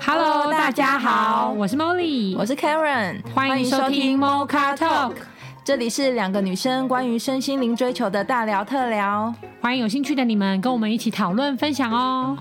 Hello，大家好，我是 Molly，我是 Karen，欢迎收听 Mocha Talk，这里是两个女生关于身心灵追求的大聊特聊。欢迎有兴趣的你们跟我们一起讨论分享哦。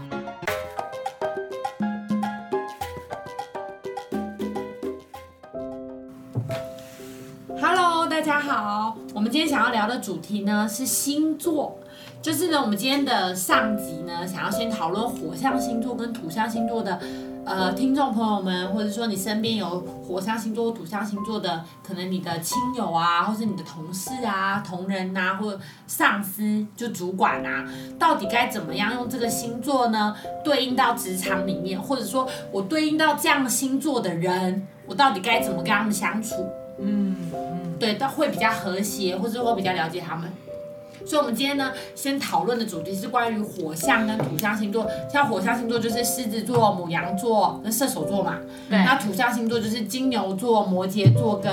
Hello，大家好，我们今天想要聊的主题呢是星座。就是呢，我们今天的上集呢，想要先讨论火象星座跟土象星座的，呃，听众朋友们，或者说你身边有火象星座、土象星座的，可能你的亲友啊，或是你的同事啊、同仁呐、啊，或上司就主管啊，到底该怎么样用这个星座呢，对应到职场里面，或者说我对应到这样星座的人，我到底该怎么跟他们相处？嗯嗯，对，但会比较和谐，或者会比较了解他们。所以，我们今天呢，先讨论的主题是关于火象跟土象星座。像火象星座就是狮子座、母羊座跟射手座嘛。对那土象星座就是金牛座、摩羯座跟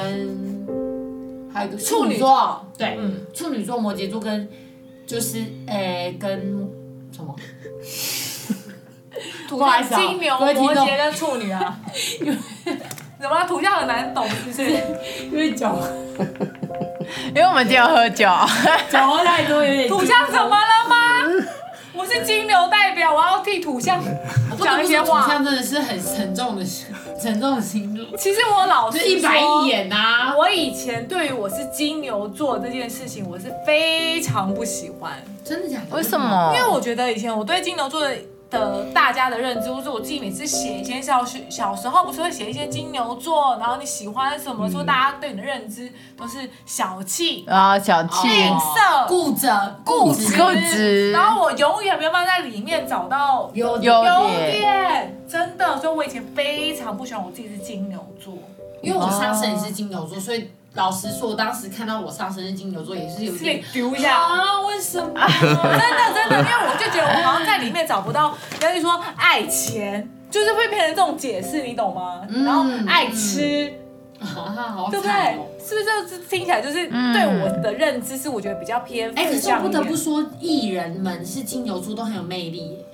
还有一个处处女女座。对，嗯处女座、摩羯座跟就是诶、跟什么？ 土不好意思啊金牛、各位听摩众羯跟处女啊。怎么土象很难懂，是不是？因为酒因为我们今天有喝酒，酒喝太多有点 土象怎么了吗？我是金牛代表，我要替土象啊不得讲不一说些土话象。真的是很沉重的沉重的星座，其实我老就是一板一。眼啊呐、我以前对于我是金牛座这件事情，我是非常不喜欢，真的假的？为什？么？因为我觉得以前我对金牛座的。的大家的认知，或者我自己每次写一些小学小时候不是会写一些金牛座，然后你喜欢什么，嗯说大家对你的认知都是小气，啊，小气，吝啬、哦固着固执固执然后我永远没有办法在里面找到有有优点点，真的。所以我以前非常不喜欢我自己是金牛座，因为我上身也哦是金牛座，所以老实说，我当时看到我上身是金牛座，也是有自己点丢一下。啊，为什么？哦 真的真的，因为我就觉得我好像在里面找不到，不要去说爱钱，就是会变成这种解释，你懂吗？嗯然后爱吃，啊，好对不惨对哦！？是不是这听起来就是对我的认知是我觉得比较偏哎，可负是我向不一得不点？说，艺人们是金牛座都很有魅力耶，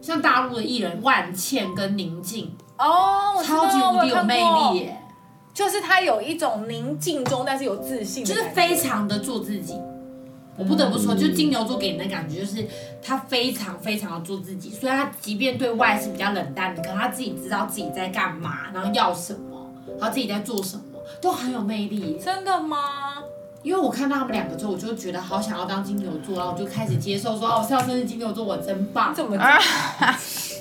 像大陆的艺人万茜跟宁静，哦，我知超道级无我敌有看魅过力耶，就是他有一种宁静中，但是有自信就的感是觉，非常的做自己。嗯我不得不说，就金牛座给人的感觉就是他非常非常的做自己，所以他即便对外是比较冷淡的，可他自己知道自己在干嘛，然后要什么，然后自己在做什么，都很有魅力耶。真的吗？因为我看到他们两个之后，我就觉得好想要当金牛座，然后我就开始接受说，哦，上升是金牛座，我真棒。怎么知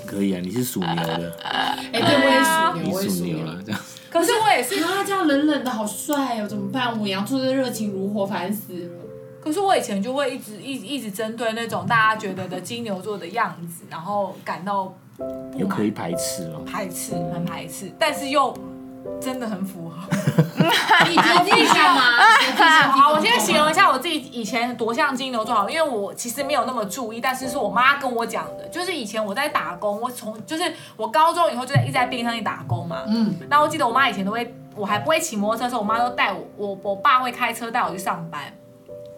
可以啊，你是属牛的，哎、对，我也属你牛，我也属属牛牛。了，这样可是我 也是，啊，这样冷冷的好帅哦，怎么办？母羊座的热情如火，烦死了。可是我以前就会一直一直一直针对那种大家觉得的金牛座的样子，然后感到不有可以满、排斥哦。排斥、很排斥，但是又真的很符合。你觉得自己干嘛？你觉得自己是金牛座吗啊好，我先形容一下我自己以前多像金牛座好了，因为我其实没有那么注意，但是是我妈跟我讲的，就是以前我在打工，我从就是我高中以后就在一直在便利商店打工嘛，嗯嗯，然后我记得我妈以前都会，我还不会骑摩托车的时候，我妈都带我，我我爸会开车带我去上班。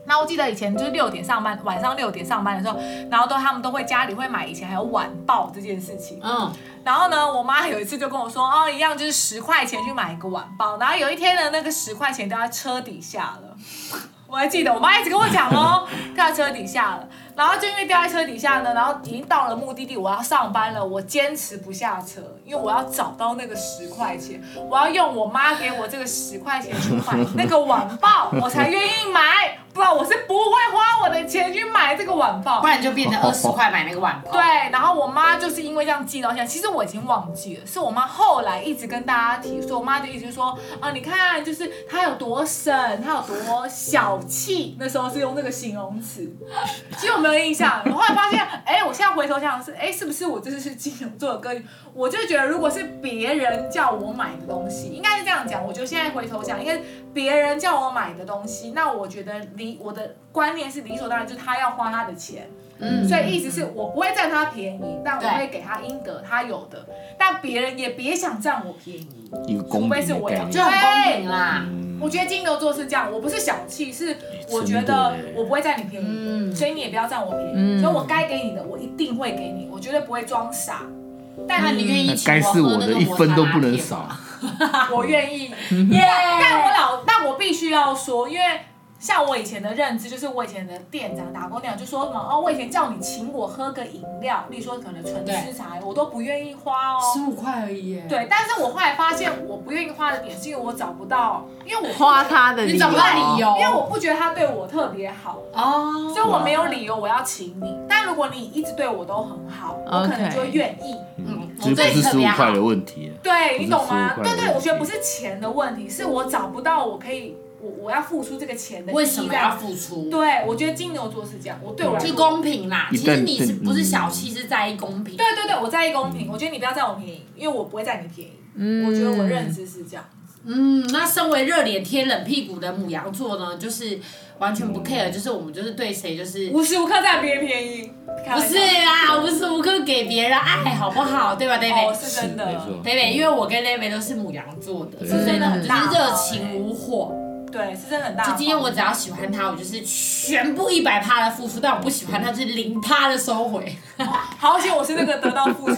那我记得以前就是六点上班，晚上六点上班的时候，然后都他们都会家里会买以前还有晚报这件事情，嗯，然后呢，我妈有一次就跟我说，哦，一样就是十块钱去买一个晚报，然后有一天呢，那个十块钱掉在车底下了。我还记得我妈一直跟我讲哦， 掉在车底下了。然后就因为掉在车底下呢，然后已经到了目的地，我要上班了，我坚持不下车，因为我要找到那个十块钱，我要用我妈给我这个十块钱去买那个晚 报，我才愿意买，不然我是不会花我的钱去买这个晚报不。然就变成二十块买那个碗对，然后我妈就是因为这样记到现在，其实我已经忘记了，是我妈后来一直跟大家提，所以我妈就一直说啊，你看就是她有多省，她有多小气，那时候是用这个形容词。其实我没有印象，我后来发现，哎，我现在回头想是，哎，是不是我这是金牛座的歌？我就觉得，如果是别人叫我买的东西，应该是这样讲。我觉得现在回头想，应该是别人叫我买的东西，那我觉得理我的观念是理所当然，就是他要花他的钱。嗯所以意思是我不会占他便宜，但我对会给他应得他有的，但别人也别想占我便宜。一个公平的概就念，很公平啦。嗯我觉得金牛座是这样，我不是小气，是我觉哎真的得耶我不会占你便宜，嗯所以你也不要占我便宜，所以我该给你的我一定会给你，我绝对不会装傻。但那你愿意那请该是我喝我那的个一抹分茶都拿不能铁少啊吗。我愿意。耶！但我老，但我必须要说，因为像我以前的认知，就是我以前的店长打工那样，就说什么哦，我以前叫你请我喝个饮料，例如说可能纯吃茶，我都不愿意花哦。十五块而已耶。，对，但是我后来发现，我不愿意花的点是因为我找不到，因为我花，他的理由，你找不到理由，因为我不觉得他对我特别好，哦，所以我没有理由我要请你。但如果你一直对我都很好，我可能就会愿意。嗯，我这不对你是特十五别好块的问题，啊对不你是懂吗15？块对的对，问我觉得题不是钱的问题，是我找不到我可以，我我要付出这个钱的为什意义么在要哪付出？对，我觉得金牛座是这样，我对我来就说，公平啦。一其旦实你是对不是嗯小气，是在意公平。对对对，我在意公平，我觉得你不要占我便宜，因为我不会占你便宜。我觉得我认知是这样，嗯，那身为热脸贴冷屁股的母羊座呢，就是完全不 care，就是我们就是对谁就是。嗯无时无刻占别人便宜，开不玩笑是啦，无时无刻给别人爱，好不好？对吧哦， ，David？是真没的，错。 David，因为我跟 David 都是母羊座的，对是真的很嗯就是热情如火。对，是真的很大就方。今天我只要喜欢他，我就是全部一百趴的付出；但我不喜欢他，就是零趴的收回。好险，我是那个得到付 出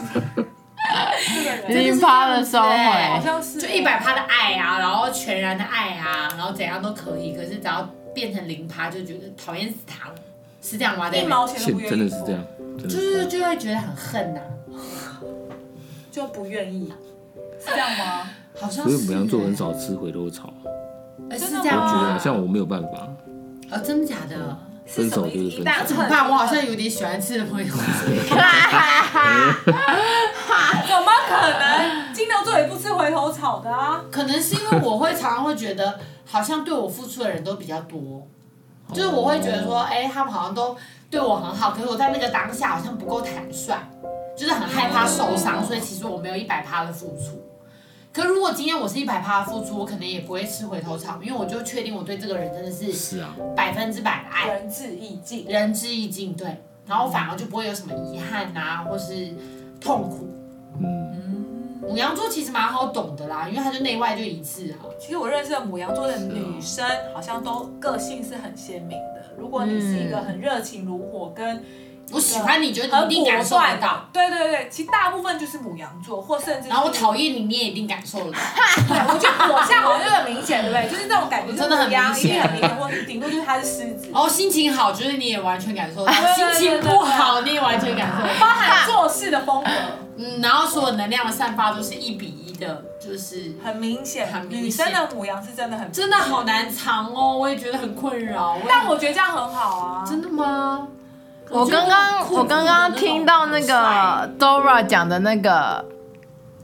这个人，零趴的收好回，像是哎就一百趴的爱啊，然后全然的爱啊，然后怎样都可以。可是只要变成零趴，就觉得讨厌死他了，是这样吗？一对，毛钱都现不愿意，哎真的是这样，，真的就是这是样就会觉得很恨呐、就不愿意，是这样吗？好像所是、以母羊座很，少吃回头草，啊呃、是真的这样我觉吗得？啊像我没有办法，呃、真的假的？是什么分手就是一分手旦怎么办？我好像有点喜欢吃的朋 友。怎么可能？金牛座也不吃回头草的啊！可能是因为我会常常会觉得，好像对我付出的人都比较多，就是我会觉得说，哎、他们好像都对我很好，可是我在那个当下好像不够坦率，就是很害怕受伤，所以其实我没有一百趴的付出。可如果今天我是一百趴的付出，我可能也不会吃回头草，因为我就确定我对这个人真的是是啊，百分之百的爱，仁至义尽，仁至义尽，对，然后反而就不会有什么遗憾啊，或是痛苦。嗯，母羊座其实蛮好懂的啦，因为他就内外就一致啊。其实我认识的母羊座的女生，好像都个性是很鲜明的。如果你是一个很热情如火跟我喜欢你，觉得很嗯你一定感果受断得的到，，对对对，其实大部分就是母羊座，或甚至然后我讨厌你，你也一定感受得 到。对，我觉得火象好像就很明显，对不对？就是这种感觉，就是真的很母羊明一显定很明显，或顶多就是他是狮子，然后心情好，就是你也完全感受得到；对对 心对情不好，你也完全感受得到。包含做事的风格嗯，然后所有能量的散发都是一比一的，就是很明显，很明显女生的母羊是真的很，真的好难藏哦，我也觉得很困扰。也但我觉得这样很好啊，真的吗？我刚刚我刚刚听到那个 Dora 讲的那个小哦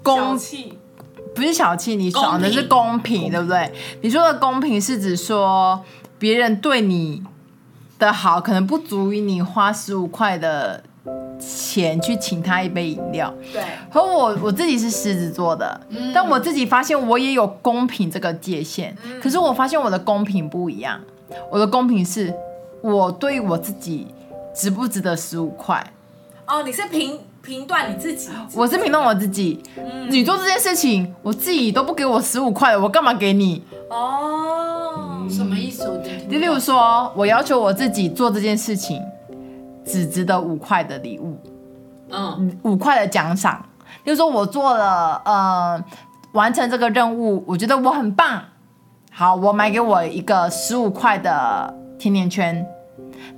公气，不是小气，你爽的是公平，对不对？你说的公平是指说别人对你的好，可能不足以你花十五块的钱去请他一杯饮料。对，和我我自己是狮子座的，但我自己发现我也有公平这个界限，可是我发现我的公平不一样，我的公平是我对我自己值不值得十五块，哦，你是评评断你自己，哦我是评论我自己，你做这件事情，我自己都不给我十五块了，我干嘛给你？哦，嗯什么意思？我就例如说，我要求我自己做这件事情，只值得五块的礼物，嗯，五块的奖赏。例如说，我做了，呃，完成这个任务，我觉得我很棒。好，我买给我一个十五块的甜甜圈。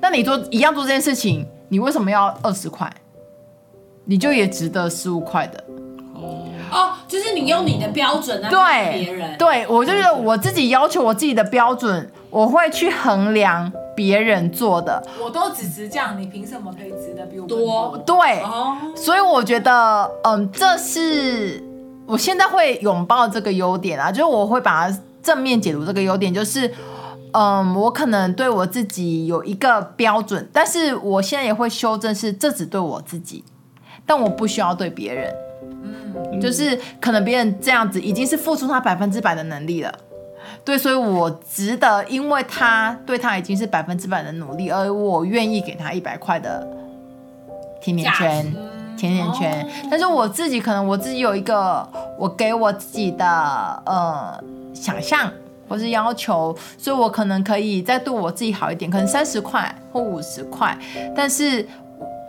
那你做一样做这件事情，你为什么要二十块？你就也值得十五块的。哦，哦，就是你用你的标准来看别 对人，，嗯对，我就觉得我自己要求我自己的标准，我会去衡量别人做的。我都只值这样，你凭什么可以值得比我们多多？对，哦，所以我觉得，嗯，这是我现在会拥抱这个优点啊，就是我会把它正面解读这个优点，就是。嗯，我可能对我自己有一个标准，但是我现在也会修正是，这只对我自己，但我不需要对别人。嗯，就是可能别人这样子已经是付出他百分之百的能力了，对，所以我值得，因为他对他已经是百分之百的努力，而我愿意给他一百块的甜甜价圈。甜甜圈。哦但是我自己可能我自己有一个，我给我自己的呃想象或是要求，所以我可能可以再对我自己好一点，可能三十块或五十块，但是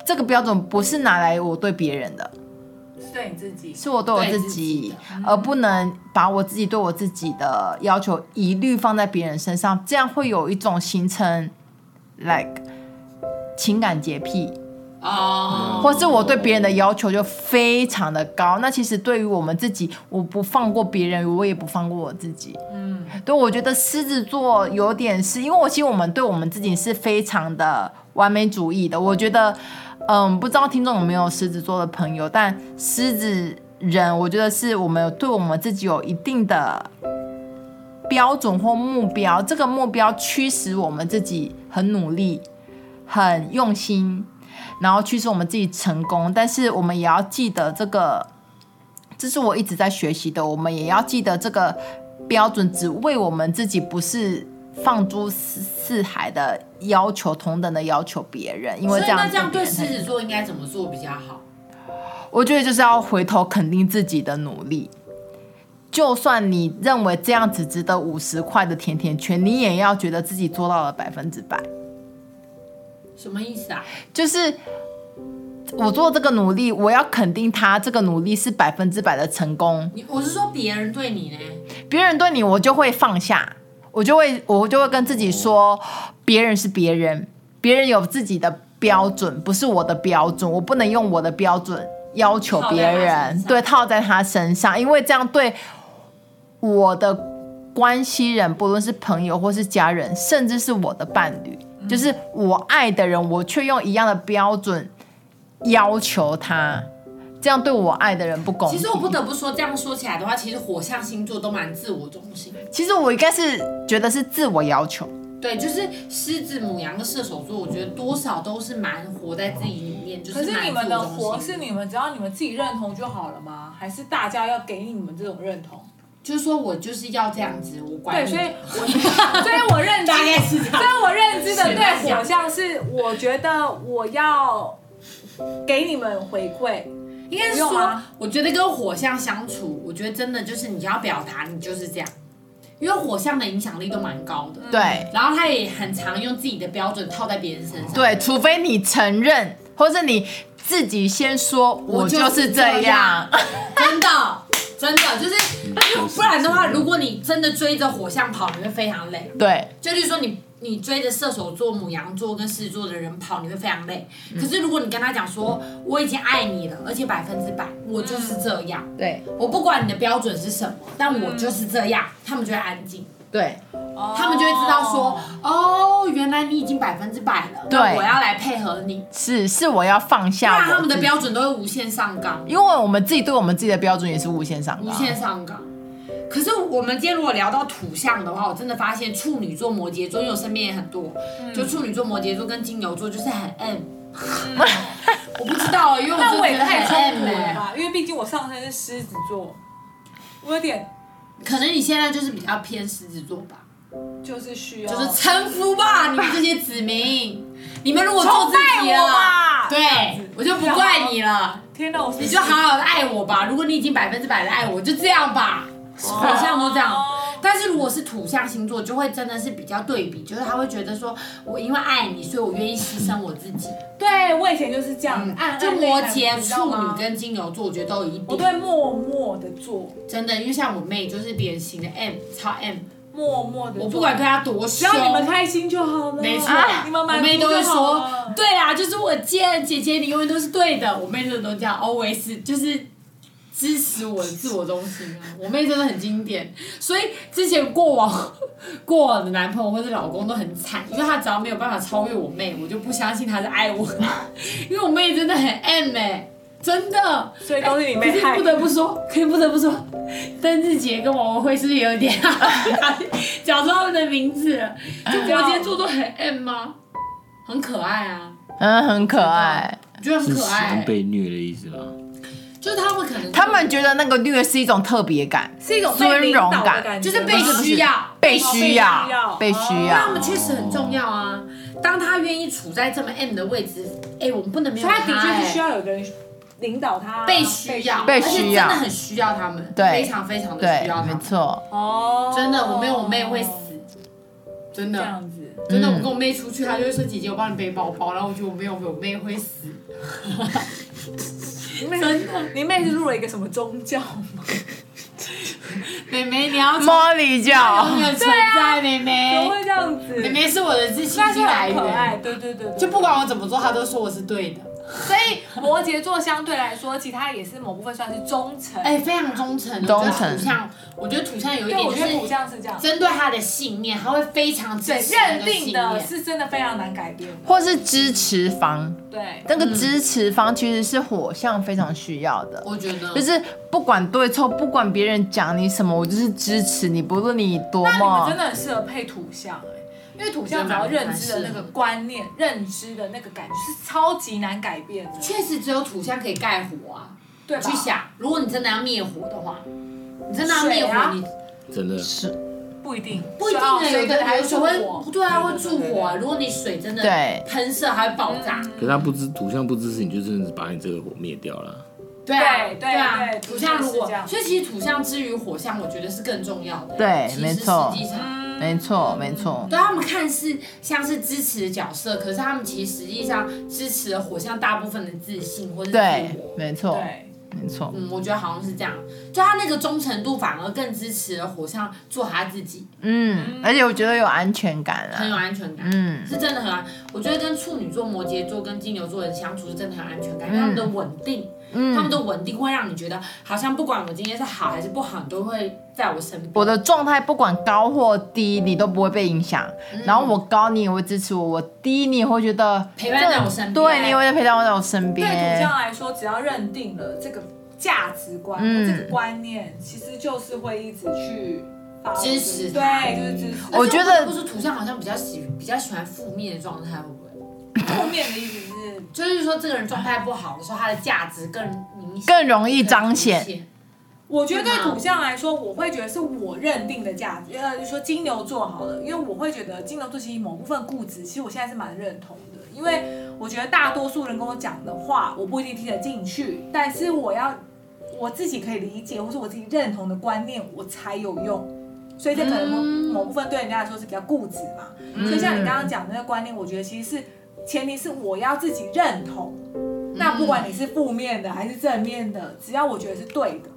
这个标准不是拿来我对别人的。是对你自己。是我对我对自自己己，而不能把我自己对我自己的要求一律放在别人身上，这样会有一种形成 like 情感洁癖，哦，或是我对别人的要求就非常的高。那其实对于我们自己，我不放过别人，我也不放过我自己。嗯，对，我觉得狮子座有点是因为我其实我们对我们自己是非常的完美主义的。我觉得，嗯，不知道听众有没有狮子座的朋友，但狮子人，我觉得是我们有对我们自己有一定的标准或目标，这个目标驱使我们自己很努力、很用心，然后驱使我们自己成功。但是我们也要记得这个，这是我一直在学习的，我们也要记得这个标准只为我们自己，不是放诸四四海的要求，同等的要求别人，因为所这以样那这样别对人才狮子座应该怎么做比较好？我觉得就是要回头肯定自己的努力。就算你认为这样只值得五十块的甜甜圈，你也要觉得自己做到了百分之百。什么意思啊？就是我做这个努力，我要肯定他这个努力是百分之百的成功。你我是说别人对你呢？别人对你，我就会放下，我就会我就会跟自己说，别人是别人，别人有自己的标准，不是我的标准，我不能用我的标准要求套在别他身人，上对，套在他身上，因为这样对我的关系人，不论是朋友或是家人，甚至是我的伴侣，嗯就是我爱的人，我却用一样的标准要求他，这样对我爱的人不公其平。实我不得不说，这样说起来的话，其实火象星座都蛮自我中心的。其实我应该是觉得是自我要求。对，就是狮子、母羊跟射手座，我觉得多少都是蛮活在自己里面，就可是蛮你们的自我中活心是你们只要你们自己认同就好了吗？还是大家要给你们这种认同？就是说我就是要这样子，我管对，你。所以 我所以我认知大概是这样所以我认知的是吧对火象是，我觉得我要给你们回 馈，应该是不用说啊，我觉得跟火象相处，我觉得真的就是你要表达，你就是这样，因为火象的影响力都蛮高的，对然后他也很常用自己的标准套在别人身上。对，除非你承认，或是你自己先说，我就是这样。真的，真的就是，哎不然的话，如果你真的追着火象跑，你会非常累。 对，就是说你你追着射手座、母羊座跟狮子座的人跑，你会非常累。嗯可是如果你跟他讲说我已经爱你了，而且百分之百，我就是这样，对，嗯我不管你的标准是什么，但我就是这样，他们就会安静，对，哦他们就会知道说哦，原来你已经百分之百了，那对我要来配合你，是是，我要放不下然他我们的自己标，准都会无限上纲，因为我们自己对我们自己的标准也是无限上啊无啊纲。限上纲。可是我们今天如果聊到土象的话，我真的发现处女座、摩羯座，因为我身边也很多，嗯就处女座、摩羯座跟金牛座就是很 M，我 不知道，因为我真嗯那的我也觉得太很冲 M 突了哎、吧？因为毕竟我上身是狮子座，我有点可能你现在就是比较偏狮子座吧，就是需要，就是臣服吧，你们这些子民，你们如果做崇自己拜我了，吧。对我 就不怪你了，天哪，我是你就好好的爱我吧。如果你已经百分之百的爱我，就这样吧，好像都这样。但是如果是土象星座，就会真的是比较对比，就是他会觉得说，我因为爱你，所以我愿意牺牲我自己。对我以前就是这样，暗暗嗯就内摩涵羯、你知道处吗女跟金牛座，我觉得都有一我点。嗯对默默的做，真的，因为像我妹就是典型的 M 超 M，默默的，我不管对她多只凶，要你们开心就好了，没错，啊你们我满妹足都就会好说了，。对啦，就是我贱姐姐，你永远都是对的。我妹真的都这样，always 就是支持我的自我中心啊。我妹真的很经典，所以之前过往 过往的男朋友或者老公都很惨，因为他只要没有办法超越我妹，我就不相信他是爱我， 因为我妹真的很 M 哎、真的。所以都是你 可妹是害不的。得不说，可以不得不说，邓志杰跟王文辉是不是有点讲出他们的名字了？就摩羯座都很 M 吗？很可爱啊，嗯，很可爱。我觉得很是可喜欢爱、被虐的意思吗？就是他们可能他们觉得那个虐是一种特别感，是一种被尊领导荣的感感觉就是被需要，被需哦要，被被需需那他要。们确实很重要啊。当他愿意处在这么 M 的位置，哎、我们不能没有所以他的确哎是需要有个人领导他，被需要，而被且需要真的很需要他们，对非常非常的对需要，他没们。错。哦，真的，我没有我妹会死，真这的。样子。真的，我跟我妹出去， 她就会说：“姐姐，我帮你背包包。”然后我觉得我没有，我妹会死。妹真的 你妹是入了一个什么宗教吗？妹妹，你要从莫里教永远存在，妹怎么妹。会这样子？哎妹妹是我的自信那是心来很可爱，源，对对对对。就不管我怎么做，她都说我是对的。所以摩羯座相对来说，其他也是某部分算是忠诚。哎、非常忠诚。忠我觉得诚土象，我觉得土象有一对，点就我觉得土是象是这样，针对他的信念，他会非常支对，持你认的定信的念。是真的非常难改变的。或是支持方，对，那个嗯支持方其实是火象非常需要的。我觉得就是不管对错，不管别人讲你什么，我就是支持你，不论你多那你们么真。的很适合配土象哎、因为土象只要认知的那个观念、认知的那个感觉是超级难改变的，确实只有土象可以盖火啊。对吧？去想，如果你真的要灭火的话，你真的要灭水啊火，你真的不一定，不一定所的，有以水的人还还是水会火对啊，会助火啊。对对对对嗯如果你水真的对喷射，还会爆炸。可是他不支土象不支持你，就真的把你这个火灭掉了。对啊，对对啊对，土象如是果这，样所以其实土象之于火象，我觉得是更重要的。对其实没错实际上，嗯没错，没错。对啊他们看似像是支持的角色，可是他们其实实际上支持了火象大部分的自信或者自对我。，没错，对。没错。嗯，我觉得好像是这样，就他那个忠诚度反而更支持了火象做他自己，嗯，而且我觉得有安全感很有啊。安全感。嗯，是真的很安，我觉得跟处女座、摩羯座跟金牛座人相处是真的很有安全感，因为嗯他们的稳定，嗯他们的稳定会让你觉得好像不管我今天是好还是不好，你都会在我身边。我的状态不管高或低，你都不会被影响。嗯然后我高，你也会支持我；我低，你也会觉得陪伴在我身边对，你也会陪伴在我身对土边象。来说，只要认定了这个价值观、嗯这个观念，其实就是会一直去发挥支持他对，就是支持。我觉得不是土象好像比较喜比较喜欢负面的状态，会不会？后面的意思是，就是说这个人状态不好的时候，他的价值更明显，更容易彰显更凸显。我觉得对土象来说，我会觉得是我认定的价值。呃，就说金牛座好了，因为我会觉得金牛座其实某部分固执，其实我现在是蛮认同的，因为我觉得大多数人跟我讲的话，我不一定听得进去，但是我要我自己可以理解，或是我自己认同的观念，我才有用。所以这可能某某部分对人家来说是比较固执嘛。所以像你刚刚讲的那个观念，我觉得其实是前提是我要自己认同。那不管你是负面的还是正面的，只要我觉得是对的，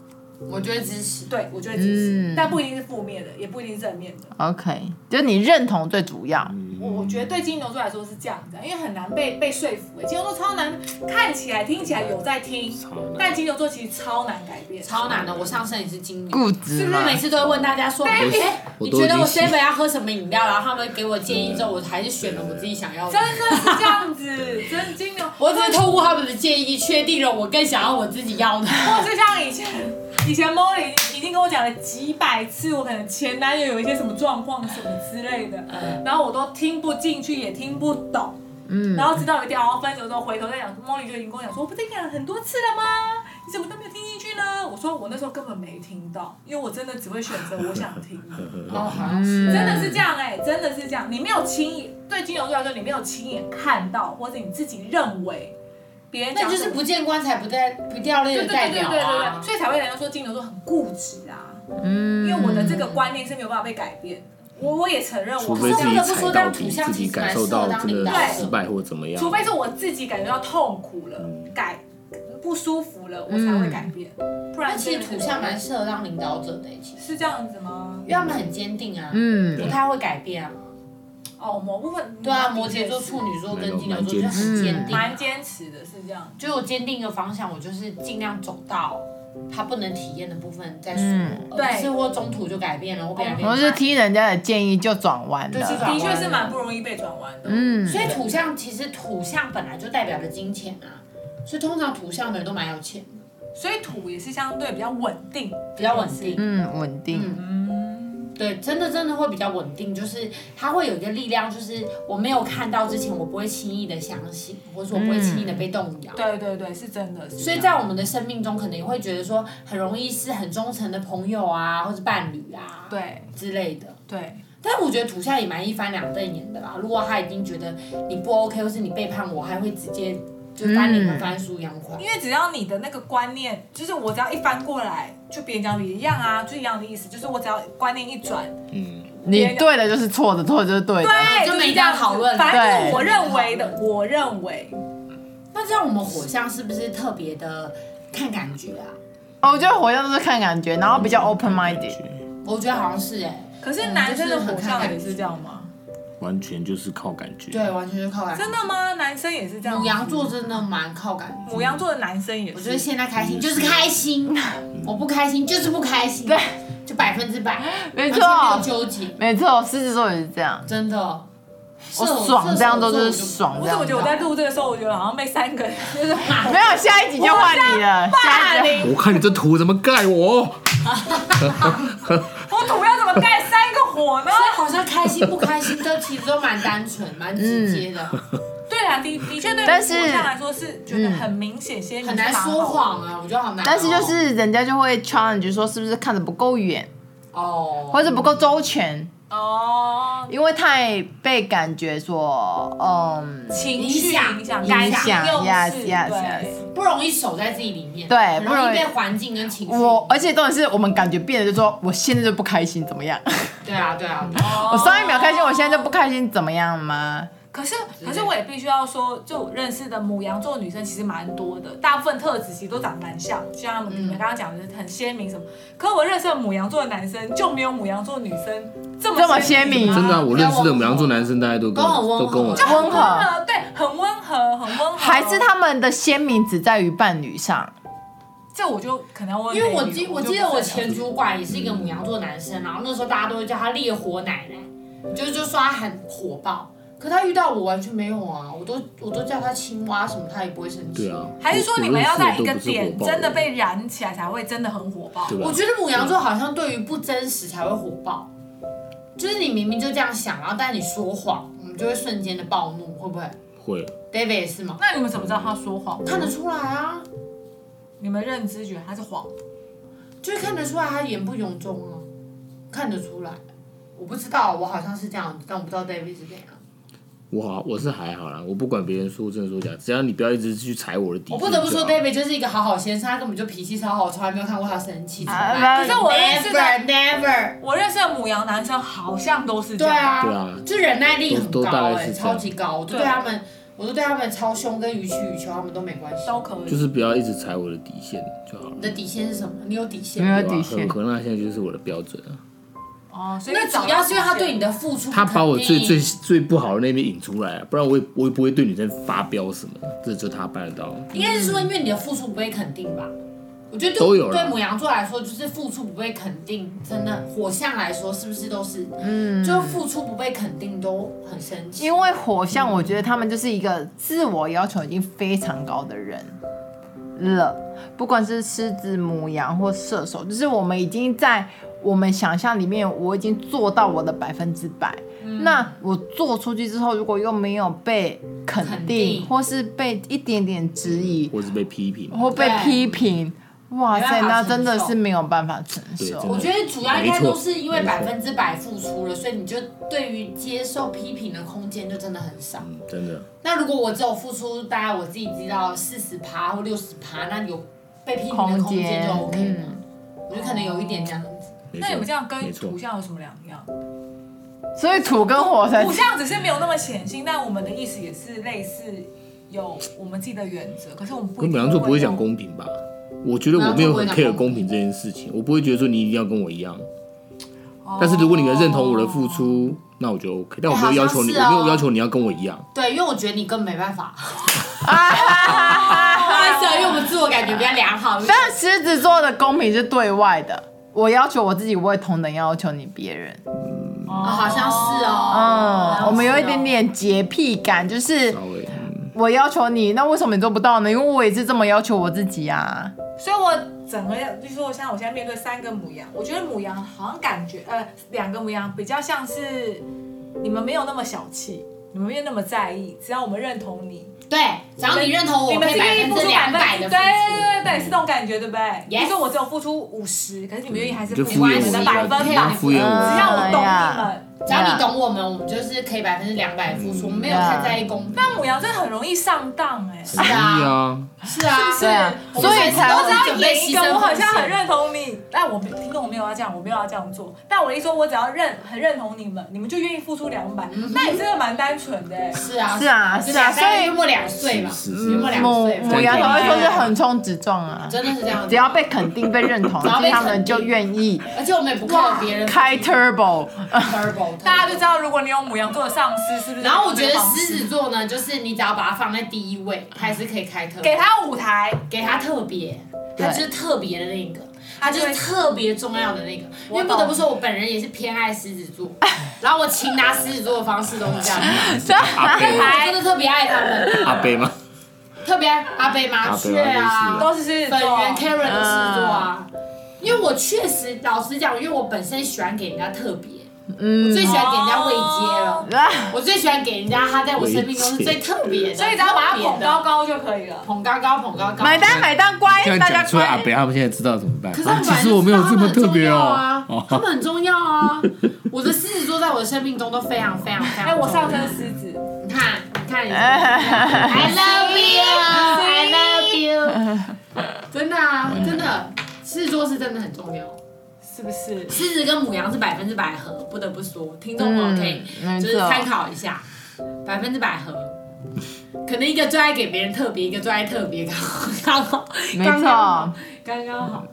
我觉得支持。对，我觉得支持，嗯但不一定是负面的，也不一定是正面的。 OK，就是你认同最主要。嗯我我觉得对金牛座来说是这样子，因为很难被被说服、欸。金牛座超难，看起来听起来有在听，超难但金牛座其实超难改变。超难的，我上身也是金牛，固执啊是不是嘛每次都会问大家说，哎、我你都已觉得经我习 seven 要喝什么饮料？然后他们给我建议之后，我还是选了我自己想要的 真。的是这样子，真的金牛，我只是透过他们的建议，确定了我更想要我自己要的。或是像以前，以前 Molly 已经跟我讲了几百次，我可能前男友有一些什么状况什么之类的，然后我都听不进去，也听不懂。嗯，然后直到有一天，然后分手之后回头再讲，Molly 就已经跟我讲说，我不是跟你讲了很多次了吗？你怎么都没有听进去呢？我说我那时候根本没听到，因为我真的只会选择我想听的。哦，好像是真的是这样哎、真的是这样。你没有亲眼对金牛座来说，你没有亲眼看到，或者你自己认为别人那讲就是什么不见棺材不掉不掉泪对的对代对表对对啊对，。所以才会人家说金牛座很固执啊，嗯因为我的这个观念是没有办法被改变的。我我也承认除我非是自这样己的，踩到底，自己感受到这个失败或怎么样，除非是我自己感觉到痛苦了，改不舒服了，我才会改嗯变，不那然其实土象蛮适合当领导者的，其实，是这样子吗因？为他们很坚定啊，嗯不太会改变啊。哦，某部分对啊，摩羯座、处女座跟金牛座就很坚嗯定啊，蛮坚持的，是这样。就我坚定一个方向，我就是尽量走到他不能体验的部分再说，嗯哦而不是我中途就改变了，我改变然后了。就听人家的建议就转弯对是了。转弯的确是蛮不容易被转弯的。嗯，所以土象其实土象本来就代表着金钱啊，所以通常土象的人都蛮有钱的，所以土也是相对比较稳定，嗯比较稳定。嗯，稳定。对，真的真的会比较稳定，就是它会有一个力量，就是我没有看到之前，我不会轻易的相信，或者说我不会轻易的被动摇。对对对，是真的。所以在我们的生命中，可能也会觉得说，很容易是很忠诚的朋友啊，或是伴侣啊，对之类的。对，但我觉得土象也蛮一翻两瞪眼的啦。如果他已经觉得你不 OK，或是你背叛我，还会直接就翻脸和翻书一样快。因为只要你的那个观念，就是我只要一翻过来，就别人讲也一样啊，就一样的意思，就是我只要观念一转，嗯，你对的就是错的，错的就是对的。对，啊就是没这样得讨论嗯子反正就是对我认为的，我认为那这样我们火象是不是特别的看感觉啊，哦我觉得火象都是看感觉，然后比较 open 感 minded。觉我觉得好像是哎、可是嗯男生的就是很火看象感也觉是这样吗？完全就是靠感觉。对，完全就靠感觉真。的吗？男生也是这样吗？母羊座真的蛮靠感觉，母羊座的男生也是。我觉得啊现在开心就是开心，嗯我不开心就是不开心，对，就百分之百，没错完全没有纠结，没错，狮子座也是这样，真的。射我手爽这样都是。射手座我就不爽这是，样我觉得我。在录这个时候，我觉得好像被三个人 就是骂没有，下一集就换你了，下一集凌，我看你这图怎么 盖我？我土要怎么盖三个火呢？但好像开心不开心都其实都蛮单纯、蛮直接的，嗯对啊，的的确对但是火象来说是觉得很明显，先嗯很难说。谎啊，我觉得好难哦。但是就是人家就会 challenge 说是不是看的不够远，哦，或者不够周全，哦，因为太被感觉所嗯，情绪影响、影响感影情响用 yes，事， yes，对 yes，不容易守在自己里面，对很不容容易易被环境跟情绪。我而且重点是我们感觉变得就说我现在就不开心怎么样，对啊，对啊，对啊我上一秒开心，我现在就不开心怎么样吗？可是，可是我也必须要说，就我认识的母羊座女生其实蛮多的，大部分特质其实都长得蛮像，就像你们刚刚讲的很鲜明什么。可我认识的母羊座的男生就没有母羊座女生这么这么鲜明真的啊、我认识要的我母羊座男生大家 都跟都很温和我都跟我就温和，和，对，很温和，很温和。还是他们的鲜明只在于伴侣上？这我就可能要问因为 Baby，我我记我就不记是得我很前主管也是一个母羊座男生，然后那时候大家都会叫他烈火奶奶，就是就说他很火爆。可他遇到我完全没有啊，我都我都叫他青蛙什么，他也不会生气。对啊，还是说你们要在一个点我认识的都不是火爆真的被燃起来才会真的很火爆？对吧？啊我觉得母羊座好像对于不真实才会火爆，就是你明明就这样想，然后但你说谎，我们就会瞬间的暴怒，会不会啊会， ？David 也是吗？那你们怎么知道他说谎？看得出来啊，你们认知觉得他是谎？就是看得出来他言不由衷啊，看得出来。我不知道，我好像是这样，但我不知道 David 是怎哦样。我好我是还好啦，我不管别人说真的说假，只要你不要一直去踩我的底线就我不好。得不说，David 就是一个好好先生，他根本就脾气超好，我从来没有看过他生气。啊可可是我认识的 never never，我认识的母羊男生好像都是这对样。啊，对啊就忍耐力很都高都大哎、概是这超样级高，我都对对他们，我都对他们超凶，跟予取予求他们都没关系。都可以，就是不要一直踩我的底线就好了你。的底线是什么？你有底线没吗？有对吧底线可可能他现在就是我的标准啊。哦，所以那就找主要是因为他对你的付出不肯他定，把我哦最最最不好的那面引出来、啊，不然我也我也不会对女生发飙什么的，这就他办得到。应该是说，因为你的付出不被肯定吧？我觉得对都有啦对母羊座来说，就是付出不被肯定，真的火象来说是不是都是？嗯，就付出不被肯定都很生气。因为火象，我觉得他们就是一个自我要求已经非常高的人了，不管是狮子、母羊或射手，就是我们已经在我们想象里面，我已经做到我的百分之百。嗯那我做出去之后，如果又没有被肯定，肯定或是被一点点质疑，或是被批评，哦或被对批评，没哇塞，办法那真的承受是没有办法承对受。真我的觉得主要应该没错都是因为没错百分之百付出了，所以你就对于接受批评的空间就真的很少。嗯，真的那如果我只有付出大概我自己知道四十趴或六十趴，那有被批评的空间嗯就空 OK 间了。我觉得可能有一点这样子，没那错。你们这样跟没错图，像有什么两 样？所以土跟火才图像只是没有那么显性，但我们的意思也是类似，有我们自己的原则。可是我们不跟一母定羊座不用会讲公平吧？我觉得我没有很 care 公平这件事情，我不会觉得说你一定要跟我一样。哦但是如果你能认同我的付出，那我就 OK。但我没有哎要求你，好像是哦我没有要求你要跟我一样。对，因为我觉得你根本没办 法，不啊。好意思啊，因为我们自我感觉比较良好。但狮子座的公平是对外的，我要求我自己，我也同等要求你别人。哦好像是哦，嗯，我们有一点点洁癖感，就是稍微，嗯我要求你，那为什么你做不到呢？因为我也是这么要求我自己啊。所以我整个要，就是说，像我现在面对三个母羊，我觉得母羊好像感觉，呃，两个母羊比较像是你们没有那么小气，你们没有那么在意，只要我们认同你，对，只哦要你认同我，你我们可以是百愿意分付之出两百百的分之，付对出。对对对，是这种感觉，对不对？比 Yes 如说我只有付出五十，可是你们愿意还是你就付敷衍你们我一啊的下，百你分啊就百，敷衍我只一要我下。懂你哎们。只要你懂我们，我们就是可以百分之两百付出，我们没有太在意公平。那母羊真的很容易上当哎、很容易啊，是啊，是对啊我所以才我只要准备演牺一个，牲我好像奉献很认同你，但我没听众我没有要这样，我没有要这样做。但我一说，我只要认很认同你们，你们就愿意付出两百、嗯那你真的蛮单纯的、欸。是啊，是啊就是啊大概所以约莫两岁吧，是是是约莫两母岁吧。啊母羊才会说是对横冲直撞望啊，真的是这样子。只要被肯定、被认 同，只要被肯定嗯他们就愿意 而且我们也不看别人开 turbo。 turbo，大家就知道，如果你有母羊座的上司，是不是？然后我觉得狮子座呢，就是你只要把它放在第一位，它还是可以开特，给他舞台，给它特别，它对就是特别的那个。它它就就是会嗯特别重要的那个，因我为不得懂不说，我本人也是偏爱狮子座， 然后我擒拿狮子座的方式 都是 这样，阿 贝吗我真的特别爱他们，阿贝吗？特别爱阿北麻雀啊阿北麻雀是，都是狮子本座。源 Karen 的狮子座啊，因为我确实老实讲，因为我本身喜欢给人家特别，我嗯最喜欢给人家位阶哦了，啊我最喜欢给人家他在我生命中是最特别的，所以只要把它捧高高，高就可以了。捧高高，捧高高，买单买单，乖这，样哎大家讲出来，阿乖北。他们现在知道怎么办。可是他啊们其本来就实我没有知道这么特别他哦们很重要啊。他们哦， 很重要啊。我的狮子座在我的生命中都非常非常非常重要。哎，我上身狮子，你看，你 看你是不是，I love you, I love you，真的啊，真的，狮子座是真的很重要。是不是？狮子跟母羊是百分之百合，不得不说，听众朋友可以嗯没就错是参考一下，百分之百合。可能一个最爱给别人特别，一个最爱特别，刚刚好，没刚刚好错，刚刚好。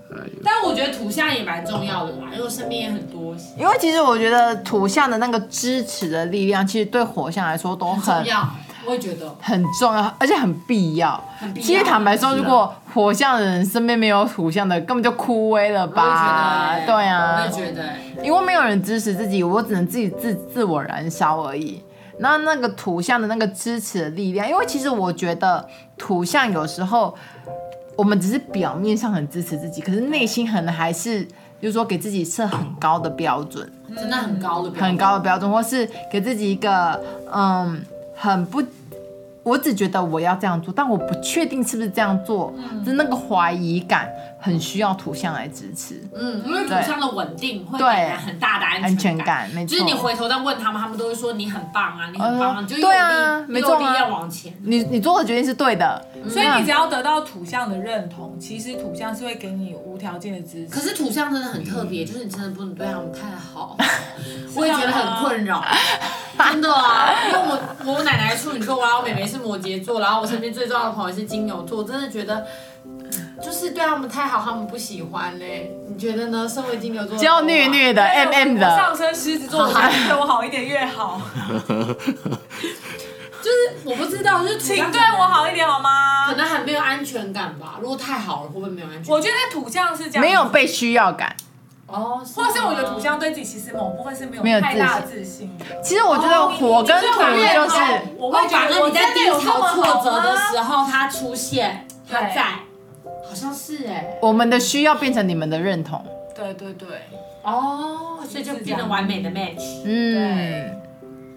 但我觉得土象也蛮重要的啦，因为我身边也很多因为其实我觉得土象的那个支持的力量，其实对火象来说都重很要，我也觉得很重要，而且很必要。很必要。其实坦白说，是啊如果火象的人身边没有土象的，根本就枯萎了我也觉得吧欸？对啊，我也觉得欸因为没有人支持自己，我只能自己自自我燃烧而已。那那个图像的那个支持的力量，因为其实我觉得图像有时候我们只是表面上很支持自己，可是内心可能还是，就是说给自己设很高的标准，真的很高的标准，很高的标准，或是给自己一个嗯很不，我只觉得我要这样做，但我不确定是不是这样做，嗯就是那个怀疑感很需要图像来支持。嗯，因为土象的稳定会给对人很大的安安全感感，没就是你错回头再问他们，他们都会说你很棒啊，你很棒啊，嗯你就有对啊力，没有错力啊要往前。你你做的决定是对的，所以你只要得到土象的认同，其实土象是会给你无条件的支持。可是土象真的很特嗯别，就是你真的不能对他们太 好，我也觉得很困扰，真的啊，因为我我奶奶处女座，然后我妹妹是摩羯座，然后我身边最重要的朋友是金牛座，真的觉得就是对他们太好，他们不喜欢嘞、你觉得呢？身为金牛座的朋友啊，娇虐虐的哎，M 我 M 我的，上身狮子座，我觉得对我好一点 越好，就是我不知道，就是土请象对我好一点好可吗？能很没有安全感吧。如果太好了，会不会没有安全感？我觉得土象是这样，没有，被需要感。哦，或者是我觉得土象对自己其实某部分是没没有有太大的自信的。其实我觉得火跟土哦就是，我会会觉觉得得我你在低真的有这潮么挫好啊折的吗？时候，他出现，他对在，好像是哎、我们的需要变成你们的认同。对对对，哦，所以就变得完美的 match。嗯，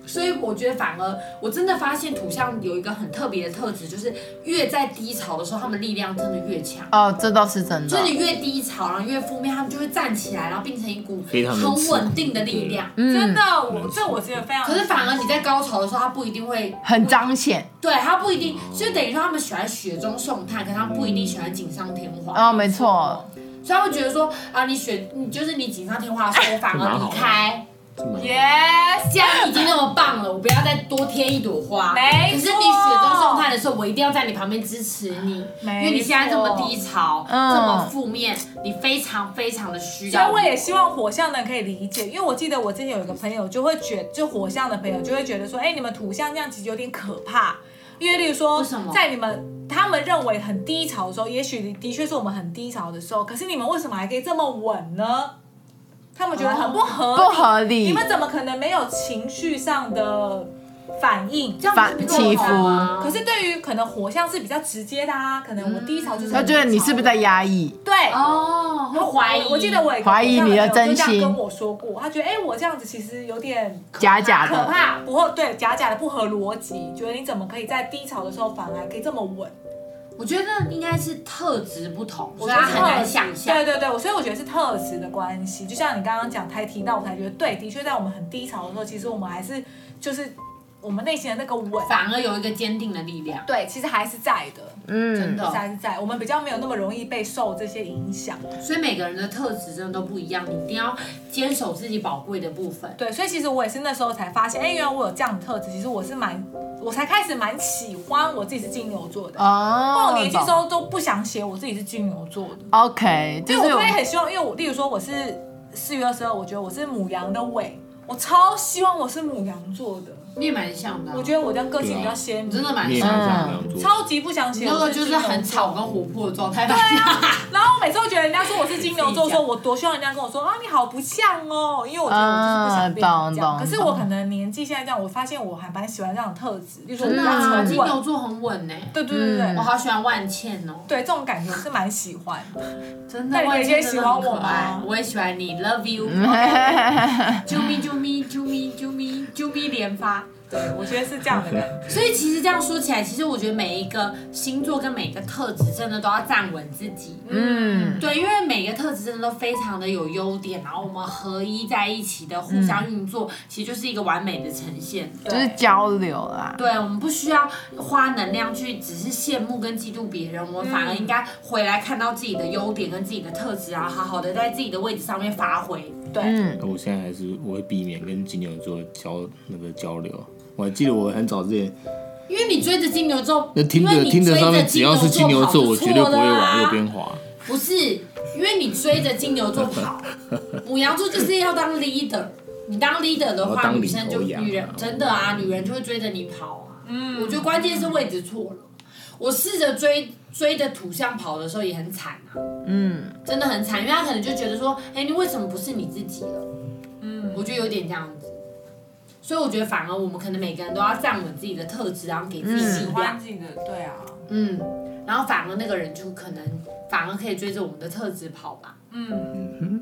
所以我觉得反而我真的发现土象有一个很特别的特质，就是越在低潮的时候，他们力量真的越强。哦，这倒是真就的是。你越低潮，然后越负面，他们就会站起来，然后变成一股非常能很吃稳定的力量。真嗯的，，我这我觉得非常。可是反而你在高潮的时候，他不一定会很彰显。对他不一定，嗯就等于说他们喜欢雪中送炭，可他们不一定喜欢锦上添花。哦，没错，所以他会觉得说啊，你雪，你就是你锦上添花的时候，我反而离开。这么 yes，既然你已经那么棒了，我不要再多添一朵花。没可错是你雪中送炭的时候，我一定要在你旁边支持你，因没为你现在这么低潮，这嗯么负面，你非常非常的需所以要我。也希望火象的人可以理解，因为我记得我之前有一个朋友就会觉，就火象的朋友就会觉得说，哎、你们土象这样其实有点可怕，因为例如说为什么，在你们他们认为很低潮的时候，也许的确是我们很低潮的时候，可是你们为什么还可以这么稳呢？他们觉得很不合理，不合你理们。怎么可能没有情绪上的反应？这样不是不够反起好伏吗可是对于可能火象是比较直接的啊，可能我低潮就是嗯他觉得你是不是在压抑？对哦，会怀疑。我记得我有一个怀疑你的朋友真心就这样跟我说过，他觉得哎、我这样子其实有点假假可的，怕，不合对假假的不合逻辑，觉得你怎么可以在低潮的时候反而可以这么稳？我觉得应该是特质不同，所我以觉得他是很特难质想象。对对对，我所以我觉得是特质的关系，就像你刚刚讲，才提到我才觉得对，的确在我们很低潮的时候，其实我们还是就是我们内心的那个稳，反而有一个坚定的力量，对，其实还是在的，真嗯，其实还的。是在，我们比较没有那么容易被受这些影响。所以每个人的特质真的都不一样，你一定要坚守自己宝贵的部分。对，所以其实我也是那时候才发现，哎、原来我有这样的特质。其实我是蛮，我才开始蛮喜欢我自己是金牛座的。不然哦我年轻时候都不想写我自己是金牛座的， ，OK，就因为是我会很希望，因为我例如说我是四月二十二，我觉得我是母羊的尾，我超希望我是母羊座的，你也蛮像的啊、我觉得我这样个性比较鲜你明，真的蛮你也像蛮的。想这样做。超级不想写那我个是就金是牛很座吵跟活泼的状态，大家然后我每次都觉得人家说我是金牛 座，自己说讲我多希望人家跟我说啊你好不像哦，因为我觉得我就是不想变成这嗯懂懂嗯样。可是我可能年纪现在这样，我发现我还蛮喜欢这样的特质，就是我真比的较喜啊，欢金稳牛座很稳呢、对对对对我，好喜欢万茜哦，对这种感觉我是蛮喜欢的。真那的，你万茜也真喜的欢很可我吗爱，我也喜欢你，Love you，啾咪啾咪啾咪啾咪啾咪连发。对，我觉得是这样的感觉。所以其实这样说起来，其实我觉得每一个星座跟每一个特质真的都要站稳自己。嗯，对，因为每个特质真的都非常的有优点，然后我们合一在一起的互相运作，其实就是一个完美的呈现。 就是交流啦。对，我们不需要花能量去只是羡慕跟嫉妒别人，我们反而应该回来看到自己的优点跟自己的特质，然后好好的在自己的位置上面发挥。对，嗯，我现在还是我会避免跟金牛座交那个交流。我还记得我很早之前，因为你追着金牛座，那听因为着你听着追上面只金要是金牛牛座，我跑就绝对不错了会往右啊边滑。不是，因为你追着金牛座 跑，母羊座就是要当 leader。你当 leader 的我话，当女生就领头羊啊女人真的啊，女人就会追着你跑啊。嗯，我觉得关键是位置错了。我试着追追着土象跑的时候也很惨啊，嗯，真的很惨，因为他可能就觉得说，哎、你为什么不是你自己了？嗯，我觉得有点这样子。所以我觉得，反而我们可能每个人都要站稳自己的特质，然后给自己喜力量欢。自己的，对啊，嗯，然后反而那个人就可能反而可以追着我们的特质跑吧。嗯，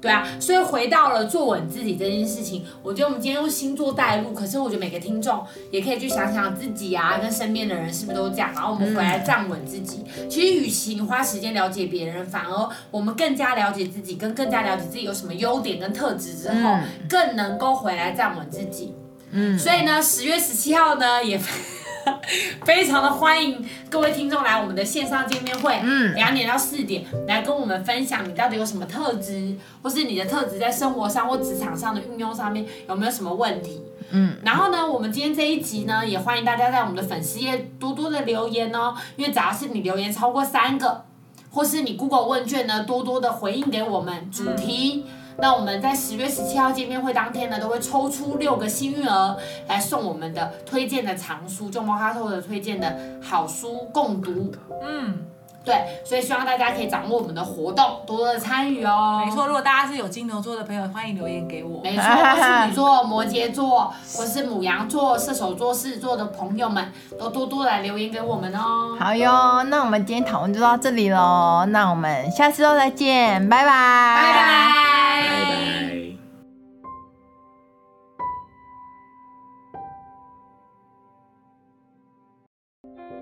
对啊，所以回到了做稳自己这件事情，我觉得我们今天用星座带入，可是我觉得每个听众也可以去想想自己啊，跟身边的人是不是都这样，然后我们回来站稳自己。其实，与其你花时间了解别人，反而我们更加了解自己，跟更加了解自己有什么优点跟特质之后，更能够回来站稳自己。嗯，所以呢，十月十七号呢，也 非常的欢迎各位听众来我们的线上见面会，嗯，两点到四点来跟我们分享你到底有什么特质，或是你的特质在生活上或职场上的运用上面有没有什么问题。嗯，然后呢，我们今天这一集呢，也欢迎大家在我们的粉丝页多多的留言哦，因为只要是你留言超过三个，或是你 Google 问卷呢，多多的回应给我们主题。嗯那我们在十月十七号见面会当天呢，都会抽出六个幸运儿来送我们的推荐的藏书，就摩哈透的推荐的好书共读。嗯，对，所以希望大家可以掌握我们的活动，多多的参与哦。没错。如果大家是有金牛座的朋友，欢迎留言给我。 没错，处女座、摩羯座 或是母羊座、射手座、狮子座的朋友们，都多多来留言给我们哦。好哟，那我们今天讨论就到这里喽，那我们下次周再见，拜拜，拜拜拜。拜拜。